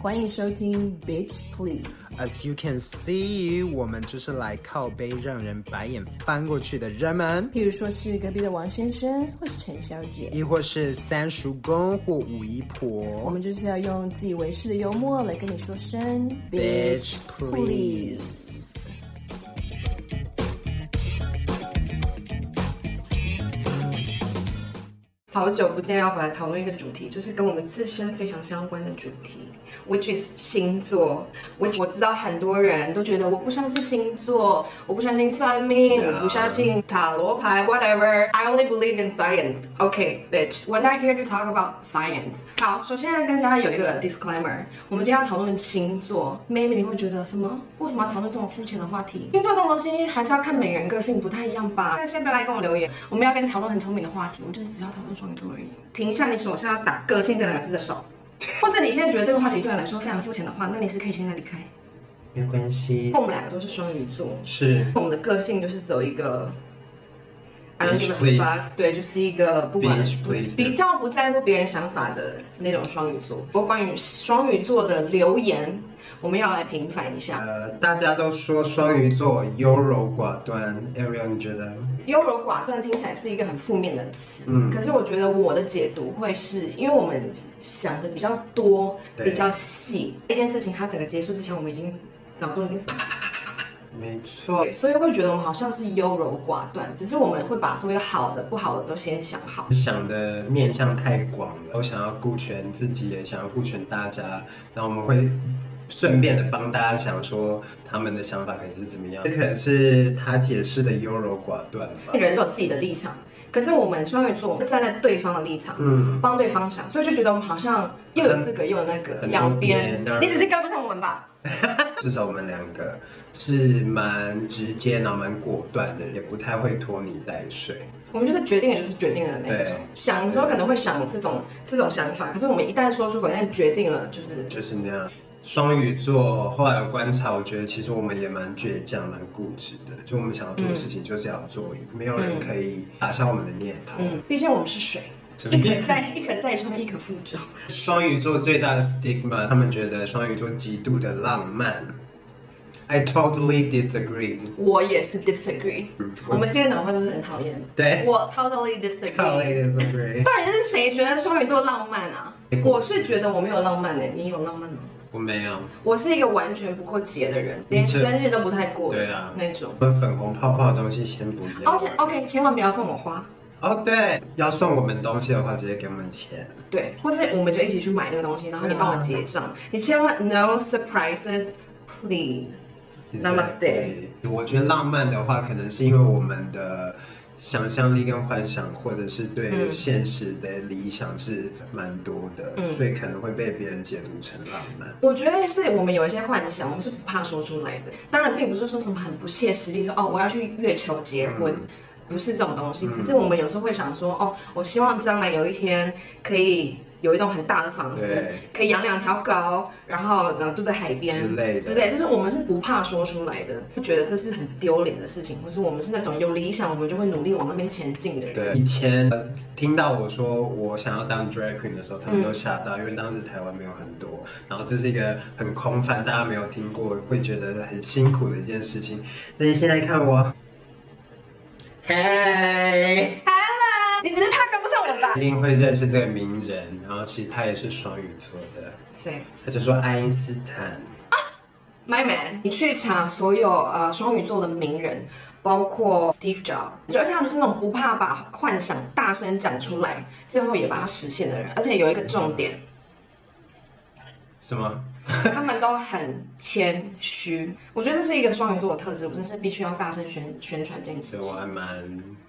欢迎收听 Bitch Please。 As you can see，我们就是来靠背让人白眼翻过去的人们，譬如说是隔壁的王先生或是陈小姐，亦或是三叔公或五姨我婆。们就是要用自以为是的幽默来跟你说声 Bitch please。好久不见，要回来讨论一个主题，就是跟我们自身非常相关的主题，which is 星座。我我知道很多人都觉得我不相信星座，我不相信算命我不相信塔罗牌，whatever。I only believe in science. Okay, bitch, we're not here to talk about science. 好，首先要跟大家有一个 disclaimer，我们今天要讨论星座，maybe 你会觉得什么？为什么要讨论这种肤浅的话题？星座这种东西还是要看每个人个性不太一样吧。那先不要来跟我留言，我们要跟你讨论很聪明的话题，我就是只要讨论双鱼座而已。停一下你手上要打“个性”这两个字的手，或者你现在觉得这个话题对你来说非常肤浅的话，那你是可以现在离开。没关系，我们两个都是双鱼座，是我们的个性就是走一个。I don't give Bitch, a please. fuck，对，就是一个不管 Bitch, please. 比较不在乎别人想法的那种双鱼座。不过关于双鱼座的留言，我们要来平反一下。呃，大家都说双鱼座优柔寡断，Ariel 你觉得？优柔寡断听起来是一个很负面的词，嗯可是我觉得我的解读会是因为我们想的比较多，对比较细，一件事情它整个结束之前，我们已经脑中已经啪啪啪啪啪没错对，，所以会觉得我们好像是优柔寡断，只是我们会把所有好的、不好的都先想好。想的面向太广了，我想要顾全自己，也想要顾全大家，然后我们会顺便的帮大家想说他们的想法可能是怎么样，这可能是他解释的优柔寡断吧。人都有自己的立场，可是我们双鱼座是站在对方的立场，嗯，帮对方想，所以就觉得我们好像又有这个又有那个，很两边很多边，你只是跟不上我们吧？至少我们两个是蛮直接，然后蛮果断的，也不太会拖泥带水。我们就是决定了就是决定了那一种对，想的时候可能会想这种这种想法，可是我们一旦说出口，但决定了就是就是那样。双鱼座后来有观察，我觉得其实我们也蛮倔强、蛮固执的。就我们想要做的事嗯情，就是要做，没有人可以打消我们的念头。嗯，哎毕竟我们是水，什么一意可思？载一可载舟，一可覆舟。 双鱼座最大的 stigma，他们觉得双鱼座极度的浪漫。I totally disagree。我也是 disagree，嗯我们今天讲话都是很讨厌。对我 totally disagree。 ，totally disagree。 到底是谁觉得双鱼座浪漫啊？我是觉得我没有浪漫的、欸你有浪漫吗？我没有。我是一个完全不过节的人，连你这生日都不太过的嗯对啊那种。我们粉红泡泡的东西先不要。而且 OK，千万不要送我花，哦，对，要送我们东西的话，直接给我们钱。对，或是我们就一起去买那个东西，然后你帮我结账，你千万 no surprises，please。Namaste 我觉得浪漫的话，可能是因为我们的想象力跟幻想，或者是对嗯现实的理想是蛮多的，嗯所以可能会被别人解读成浪漫。我觉得是我们有一些幻想，我们是不怕说出来的。当然，并不是说什么很不切实际，说哦，我要去月球结婚，嗯不是这种东西。嗯只是我们有时候会想说，哦，我希望将来有一天可以有一栋很大的房子对，可以养两条狗，然后呃住在海边之类的之类，就是我们是不怕说出来的，不觉得这是很丢脸的事情，或是我们是那种有理想，我们就会努力往那边前进的人。对，以前呃听到我说我想要当 drag queen 的时候，他们都吓到，因为当时台湾没有很多，然后这是一个很空泛，大家没有听过，会觉得很辛苦的一件事情。但是现在看我，嘿。 Hello，你只是怕跟不上我们吧一？定会认识这个名人，然后其实他也是双鱼座的，谁？他就说爱因斯坦。 My man，你去查所有呃双鱼座的名人，包括 Steve Jobs，而且他们是那种不怕把幻想大声讲出来，最后也把它实现的人。而且有一个重点，什么？他们都很谦虚。我觉得这是一个双鱼座的特质，我真是必须要大声宣宣传这件事所以我情。还蛮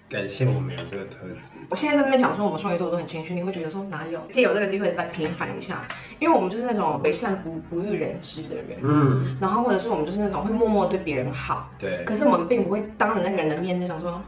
感谢我们有这个特质。我现在在那边讲说我们双鱼座都很谦虚，你会觉得说哪有？借由这个机会来平反一下，因为我们就是那种为善不不欲人知的人，嗯，然后或者是我们就是那种会默默对别人好。对，可是我们并不会当着那个人的面就想说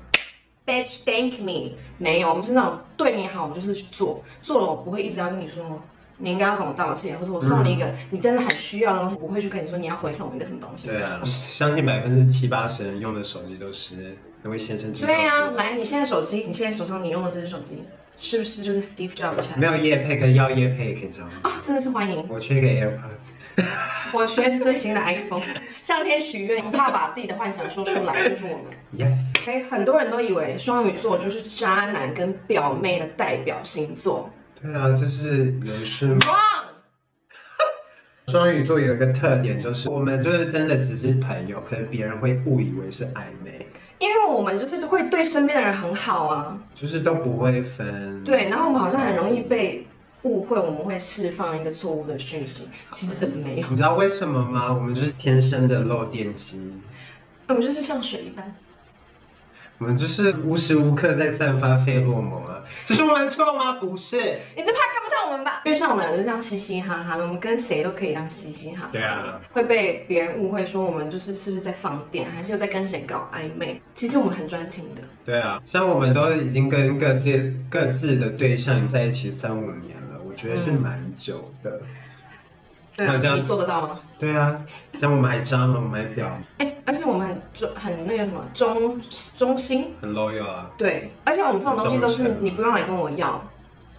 ，bitch thank me，没有，我们是那种对你好，我们就是去做，做了我不会一直要跟你说。你应该要跟我道歉，或者我送你一个嗯你真的很需要的东西，我不会去跟你说你要回送我一个什么东西。对啊，我相信百分之七八十人用的手机都是那位先生知啊道。对呀、啊，来，你现在手机，你现在手上你用的这只手机，是不是就是 Steve Jobs 产没品？有叶配跟要叶配也可以找我。啊，真的是欢迎！我缺一个 AirPods，我学的是最新的 iPhone，上天许愿，不怕把自己的幻想说出来，就是我们。 Yes，哎，很多人都以为双鱼座就是渣男跟表妹的代表星座对啊，这是人生。 ，wrong。双鱼座有一个特点，就是我们就是真的只是朋友，可是别人会误以为是暧昧，因为我们就是会对身边的人很好啊，就是都不会分。对，然后我们好像很容易被误会，我们会释放一个错误的讯息，其实真的没有，你知道为什么吗？我们就是天生的漏电机，我们就是像水一般。我们就是无时无刻在散发费洛蒙啊。这是我们的错吗？不是。你是怕跟不上我们吧？因为像我们俩就这样嘻嘻哈哈的，我们跟谁都可以这样嘻嘻哈哈。对啊，会被别人误会说我们就是是不是在放电，还是又在跟谁搞暧昧？其实我们很专情的。对啊，像我们都已经跟各自各自的对象在一起三五年了，我觉得是蛮久的。对那这啊，样你做得到吗？对啊，像我们还渣吗？我们还表哎，而且我们很忠，很那个什么忠忠心。很 loyal 啊。对，而且我们这种东西都忠是诚你不用来跟我要，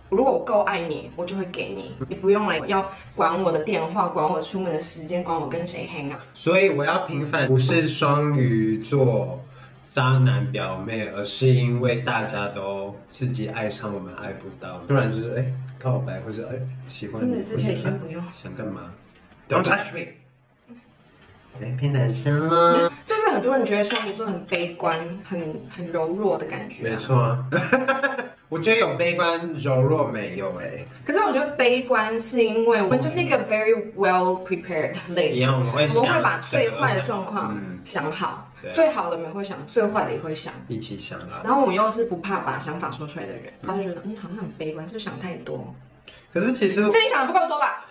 如果我够爱你，我就会给你，你不用来要管我的电话，管我出门的时间，管我跟谁 hang out。所以我要平反，不是双鱼座渣男表妹，而是因为大家都自己爱上我们爱不到，突然就是哎、告白或者哎、喜欢你，真的是可以先不用或者哎想干嘛？Don't touch me。来骗男生啊，是不是很多人觉得双鱼座很悲观、很很柔弱的感觉、没啊？错啊。 我觉得有悲观柔弱没有哎、可是我觉得悲观是因为我们就是一个 very well prepared 的类一型，样我们会我们会想把最坏的状况嗯想好，对最好的我们会想，最坏的也会想。一起想啊。然后我们又是不怕把想法说出来的人，他就觉得嗯好像很悲观，是不是想太多？可是其实是你想的不够多吧？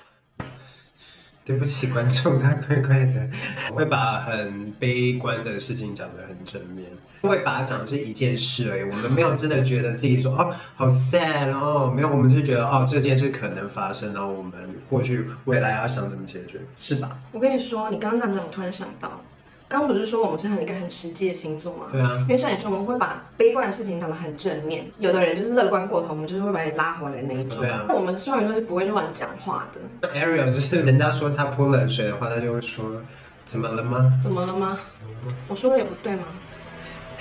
对不起观众，他快快的，我 会把很悲观的事情讲得很正面，会把它讲是一件事而已。我们没有真的觉得自己说哦好 sad 哦，没有，我们是觉得哦这件事可能发生，然后我们或许未来要想怎么解决，是吧？我跟你说，你刚刚这样讲，我突然想到，刚刚不是说我们是很一个很实际的星座吗？对啊因，为像你说，我们会把悲观的事情讲得很正面，有的人就是乐观过头，我们就是会把你拉回来那一种。对啊我们双鱼座是不会乱讲话的。 Ariel 就是人家说他泼冷水的话，他就会说怎么了吗？怎么了吗？我说的有不对吗？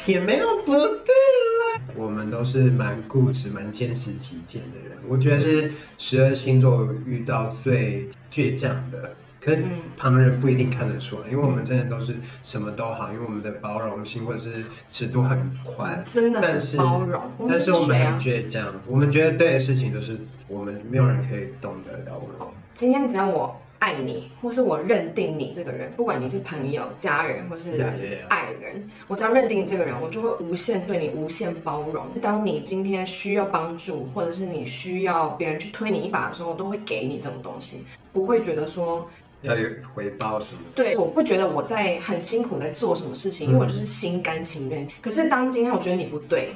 也没有不对啦。我们都是蛮固执、蛮坚持己见的人，我觉得是十二星座遇到最倔强的。可嗯是旁人不一定看得出来，因为我们真的都是什么都好，因为我们的包容性或者是尺度很宽，真的很但是包容我们但是是我们谁很啊倔强，我们觉得对的事情就是我们没有人可以懂得到我们。今天只要我爱你，或是我认定你这个人，不管你是朋友、家人或是 Yeah, yeah, yeah. 爱人，我只要认定你这个人，我就会无限对你无限包容。当你今天需要帮助，或者是你需要别人去推你一把的时候，我都会给你这种东西，不会觉得说。要有回报什么的？对，我不觉得我在很辛苦在做什么事情，因为我就是心甘情愿。可是当今天我觉得你不对，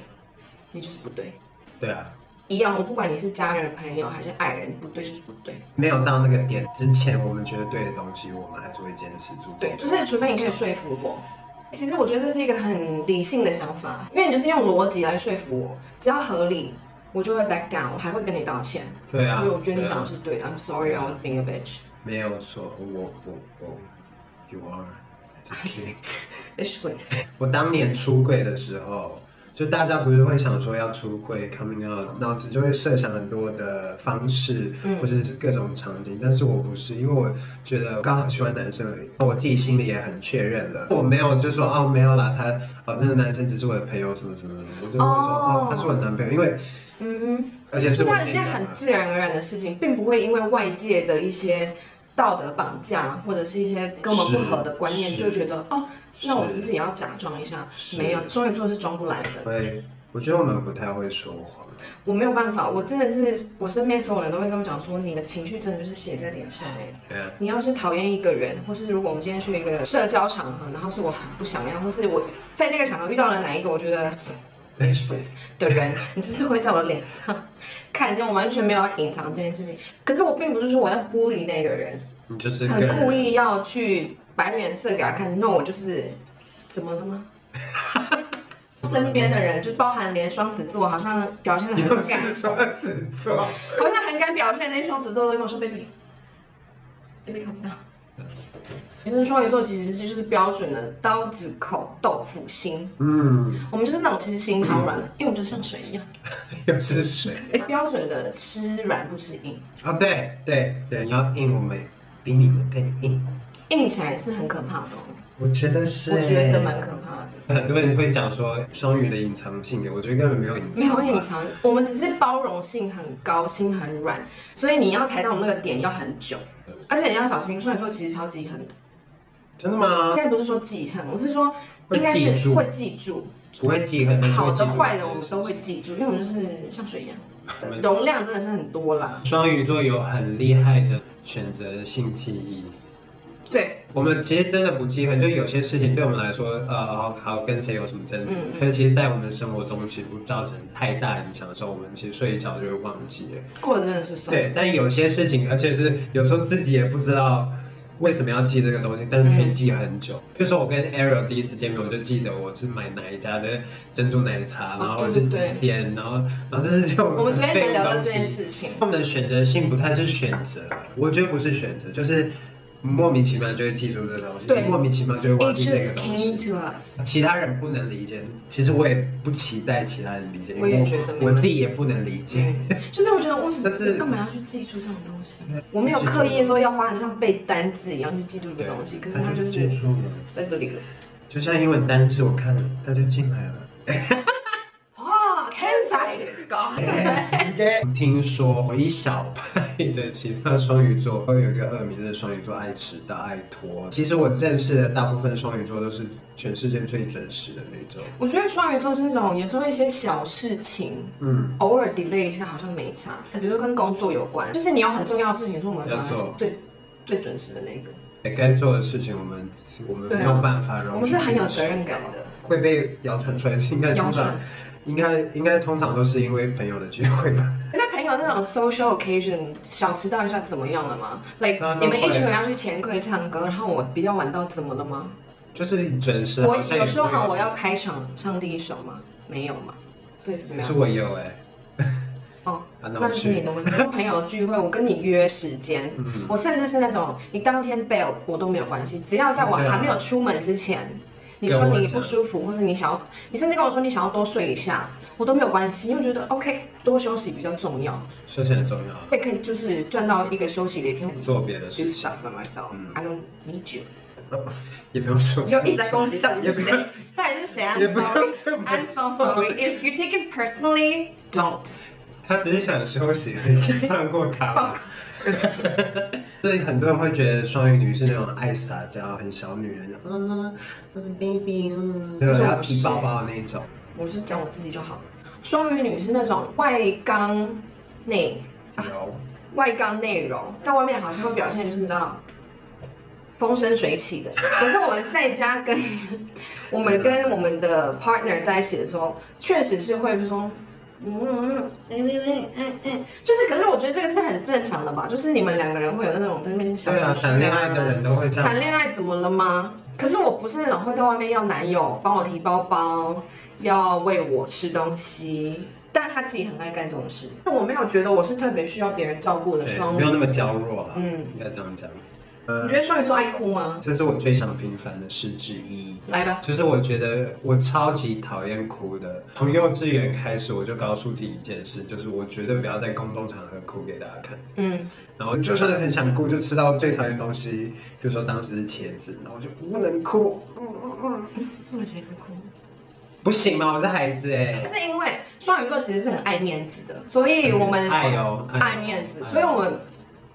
你就是不对。对啊，一样，我不管你是家人、朋友还是爱人，不对就是不对。没有到那个点之前，我们觉得对的东西，我们还是会坚持住。对，就是除非你可以说服我。其实我觉得这是一个很理性的想法，因为你就是用逻辑来说服我，只要合理，我就会 back down，我还会跟你道歉。对啊，因为我觉得对你啊讲的是对的、i m sorry，I was being a bitch。没有错，我我我，You are just kidding。 bitch please。我当年出柜的时候，就大家不是会想说要出柜 coming out，脑子就会设想很多的方式，嗯或者是各种场景。但是我不是，因为我觉得刚好喜欢男生而已，我自己心里也很确认了，我没有就说哦没有啦，他哦那个男生只是我的朋友什么什么什么，我就会说哦哦他是我男朋友，因为嗯而且哼，就是是我它自是己件讲很的。自然而然的事情，并不会因为外界的一些道德绑架或者是一些跟我们不合的观念，是就觉得哦，那我是是不是也要假装一下？是没有，双鱼座是装不来的。对，我觉得我们不太会说谎。我没有办法，我真的是，我身边所有人都会跟我讲说，你的情绪真的就是写在脸上哎、对啊，你要是讨厌一个人，或是如果我们今天去一个社交场合，然后是我很不想要，或是我在那个场合遇到了哪一个我觉得的人，你就是会在我脸上看见，我完全没有要隐藏这件事情。可是我并不是说我要孤立那个人，你就是个很人故意要去摆脸色给他看，那我就是怎么了吗？身边的人，就包含连双子座，好像表现的很又敢，是双子座，好像很敢表现的那双子座都跟我说：“baby，baby 看不到。”也就是双鱼座其实就是标准的刀子口豆腐心，嗯，我们就是那种其实心超软的，因为我们就像水一样，又是水哎标准的吃软不吃硬，啊、对对对，你要硬，我们比你们更硬。硬起来是很可怕的哦、我觉得是，我觉得蛮可怕的。很多人会讲说双鱼的隐藏性格，我觉得根本没有隐藏，没有隐，藏，我们只是包容性很高，心很软，所以你要踩到我们那个点要很久，而且你要小心。双鱼座其实超级恨的，真的吗应？该不是说记恨，我是说会应该记是住会记住，不会记恨，但是会好记的住坏的我们都会记住，因为我们就是像水一样，们容量真的是很多啦。双鱼座有很厉害的选择性记忆。对，我们其实真的不记恨，就有些事情对我们来说，呃，好好跟谁有什么争执，嗯嗯可是其实，在我们生活中其实不造成太大影响的时候，我们其实睡一觉就会忘记了。过得真的是酸。对，但有些事情，而且是有时候自己也不知道为什么要记这个东西，但是嗯可以记很久。比如说我跟 Ariel 第一次见面，我就记得我是买哪一家的珍珠奶茶，哦然后对是对几对点，然后然后这是这种我们昨天才废物聊到东这件西事情，他们的选择性不太是选择，我觉得不是选择，就是莫名其妙就会记住这个东西，对莫名其妙就会 it 忘记这个 just 东 came 西。 to us。其他人不能理解，其实我也不期待其他人理解，因我也为觉得没我关系嗯自己也不能理解。就是我觉得为什么但是干嘛要去记住这种东西？我没有刻意说要花很像背单词一样去记住这个东西，可是它就记是住了，在这里了。就像英文单字，我看了，他就进 来了。哦 c a n i d it's gone。听说有一小派的其他双鱼座会有一个恶名，就是双鱼座爱迟到、爱拖。其实我认识的大部分双鱼座都是全世界最准时的那种。我觉得双鱼座是那种有时候一些小事情。嗯，偶尔 delay 一下好像没差，比如说跟工作有关，就是你有很重要的事情，说我们反而是要做最最准时的那个，哎该做的事情我们我们对啊没有办法容我们是很有责任感的。会被谣传出来，应该谣通传常应该应该通常都是因为朋友的聚会吧。在朋友那种 social occasion 小迟到一下怎么样了吗？Like 当然你们一群人会要去前柜唱歌，然后我比较晚到，怎么了吗？就是准时我好像有也不会有，时候好，我要开场唱第一首吗？没有嘛，所以是怎么可是样？我有哎、哦，啊那那我就是你去的问题。跟朋友聚会，我跟你约时间，嗯我甚至是那种你当天 bail 我都没有关系，只要在我对啊还没有出门之前，你跟说我你讲不舒服，或者你想要，你甚至跟我说你想要多睡一下，我都没有关系，因为我觉得 OK，多休息比较重要，休息很重要，啊也可以就是赚到一个休息的一天。做别的 Do 事 stuff 情 for myself. 嗯 I don't need you. 也不用说。你就一直在攻击，到底是也不谁？到底是谁也？I'm 不 sorry. 用 这么 I'm so sorry. If you take it personally, don't. 他只是想休息而已，放过他放吧。 所以很多人会觉得双鱼女是那种爱撒娇、很小女人，嗯嗯，baby，嗯，对，要皮欸包包的那种。我就是讲我自己就好了。双鱼女是那种外刚内有，外刚内柔，在外面好像会表现就是你知道风生水起的，可是我们在家跟我们跟我们的 partner 在一起的时候，确实是会说。嗯嗯嗯嗯嗯嗯，就是，可是我觉得这个是很正常的吧，就是你们两个人会有那种在那边小对情啊，绪谈恋爱的人都会这样谈。恋爱怎么了吗？可是我不是那种会在外面要男友帮我提包包，要喂我吃东西，但他自己很爱干这种事。但我没有觉得我是特别需要别人照顾的对，双没有那鱼。么娇弱了，嗯嗯，应该这样讲。你呃，觉得双鱼座爱哭吗？这是我最想平凡的事之一。来吧，就是我觉得我超级讨厌哭的，从幼稚园开始我就告诉自己一件事，就是我绝对不要在公众场合哭给大家看。嗯，然后就算很想哭，就吃到最讨厌的东西，比如说当时是茄子，然后我就不能哭，为谁不哭？不行吗？我是孩子哎、是因为双鱼座其实是很爱面子的，所以我们爱哦，哎爱面子，所以我们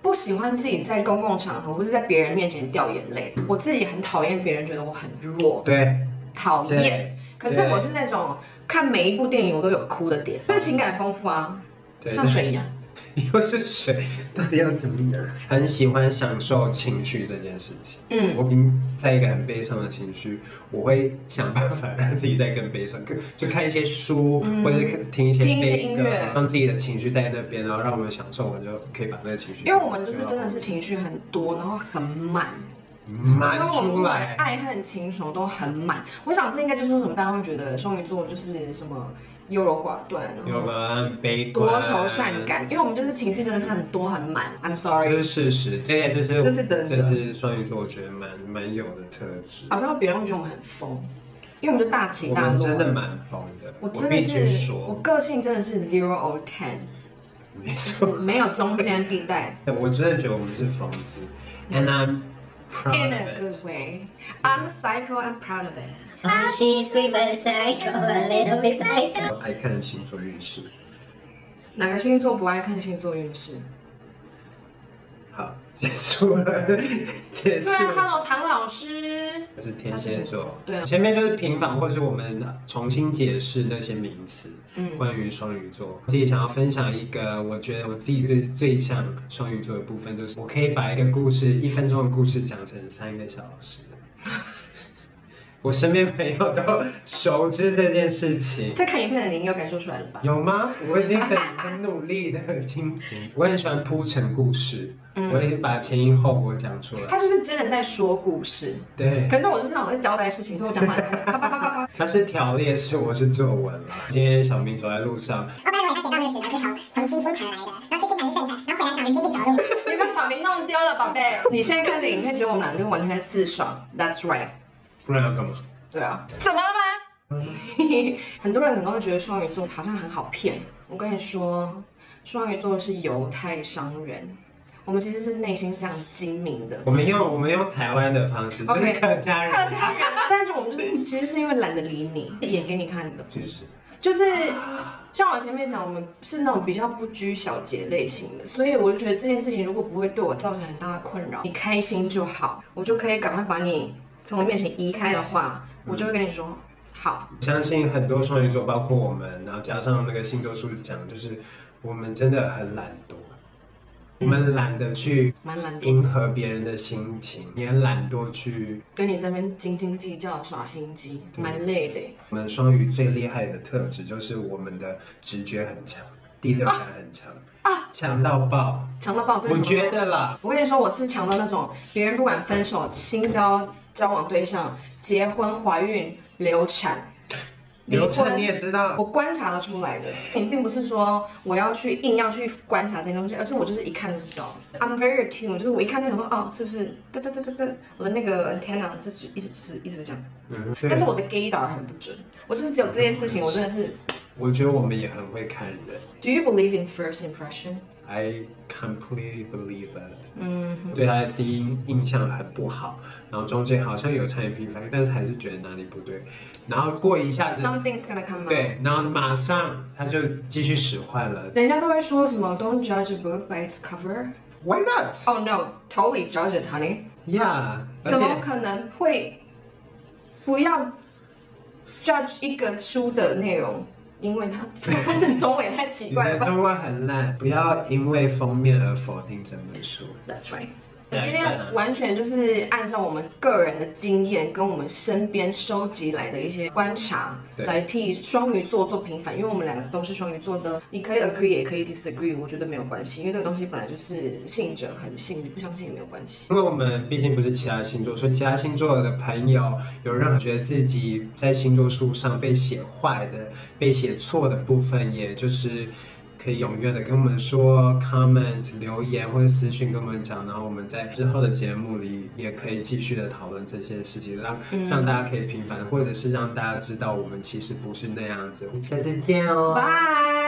不喜欢自己在公共场合或是在别人面前掉眼泪。我自己很讨厌别人觉得我很弱，对讨厌。对可是我是那种看每一部电影我都有哭的点，但是情感丰富啊，对，像水一样。 又是水，到底要怎么样？很喜欢享受情绪这件事情。嗯我已经在一个很悲伤的情绪，我会想办法让自己再更悲伤，更就看一些书，嗯或者是听一些听一些悲音歌乐让自己的情绪在那边，然后让我们享受，我就可以把那个情绪。因为我们就是真的是情绪很多，然后很满，满因为我出们来。爱恨情仇都很满。我想这应该就是为什么大家会觉得双鱼座就是什么优柔寡断，然有后个悲观，多愁善，感，因为我们就是情绪真的是很多很满。I'm 这 sorry，是事实，这个就是这是真的这是双鱼座，我觉得蛮蛮有的特质。好像别人会觉得我们很疯，因为我们就大起我大们落。真的蛮疯的，我我真的必须是，我说，个性真的是 zero or ten，没就是错，没有中间地带哎我真的觉得我们是疯子，and I'm ，in proud a of it。 good way。I'm psycho, I'm proud of it。 Oh, she's sweet but psycho, a little bit psycho. 我爱看星座运势，哪个星座不爱看星座运势？好，结束了，结束对啊了。 ，Hello，唐老师。是天蝎座，对啊前面就是平反，或是我们重新解释那些名词，嗯关于双鱼座，自己想要分享一个，我觉得我自己最最像双鱼座的部分，就是我可以把一个故事，一分钟的故事讲成三个小时。 我身边朋友都熟知这件事情，在看影片的你应该感受出来了吧？有吗？我已经很很努力的听，我很喜欢铺陈故事，嗯我也把前因后果讲出来。他就是真的在说故事，对，哎可是我就是那种在交代事情，所以我讲话啪啪啪啪啪。它是条列式，我是作文了。今天小明走在路上，我本来以为他捡到那个石头是从从七星盘来的，然后七星盘是圣山，然后回来找人继续走路。你把小明弄丢了，宝贝。你现在看这影片，觉得我们俩就完全在自爽，That's right。不然要干嘛？对啊，怎么了吗？ 很多人可能会觉得双鱼座好像很好骗。我跟你说，双鱼座是犹太商人，我们其实是内心非常精明的。我们用我们用台湾的方式，就 OK 是客家人客家人，但是我们就是其实是因为懒得理你，演给你看的，就是就是像我前面讲，我们是那种比较不拘小节类型的，所以我就觉得这件事情如果不会对我造成很大的困扰，你开心就好，我就可以赶快把你从我面前移开的话，我就会跟你说好。我相信很多双鱼座，包括我们，然后加上那个星座数字讲，就是我们真的很懒惰，嗯我们懒得去蛮懒惰，迎合别人的心情，也懒惰去。跟你这边斤斤计较、耍心机，蛮累的耶。我们双鱼最厉害的特质就是我们的直觉很强，第六感很强啊，强到爆。强到爆，真的我强到爆觉得啦，我跟你说，我是强到那种别人不管分手、新交交往对象、结婚、怀孕、流产、离流程婚你，也知道我，观察得出来的。你并不是说我要去硬要去观察这些东西，而是我就是一看就知道。I'm very attuned，就是我一看就想说，哦，是不是？对对对对对，我的那个 antenna 是指一直是一直这样，嗯，对但是我的 gaydar 很不准。我就是只有这件事情，我真的是。我觉得我们也很会看人。 Do you believe in first impression？ I completely believe that。嗯哼，对他的第一印象很不好，然后中间好像有差点批判，但是还是觉得哪里不对，然后过一下子， ，something's gonna come out。，对，然后马上他就继续使坏了。人家都会说什么 “Don't judge a book by its cover”。 Why not? Oh no, totally judge it, honey。 Yeah，而怎么且可能会不要 judge 一个书的内容？因为它它的中文也太奇你怪了 的吧。中文很烂，不要因为封面而否定整本书。 That's right。对今天完全就是按照我们个人的经验跟我们身边收集来的一些观察，对来替双鱼座做平反，因为我们两个都是双鱼座的，你可以 agree 也可以 disagree，我觉得没有关系，因为这个东西本来就是信者恒信，你不相信也没有关系。因为我们毕竟不是其他星座，所以其他星座的朋友有任何觉得自己在星座书上被写坏的、被写错的部分，也就是可以踊跃的跟我们说 comment 留言或者私讯跟我们讲，然后我们在之后的节目里也可以继续的讨论这些事情，让嗯让大家可以平反，或者是让大家知道我们其实不是那样子。下次见哦，拜。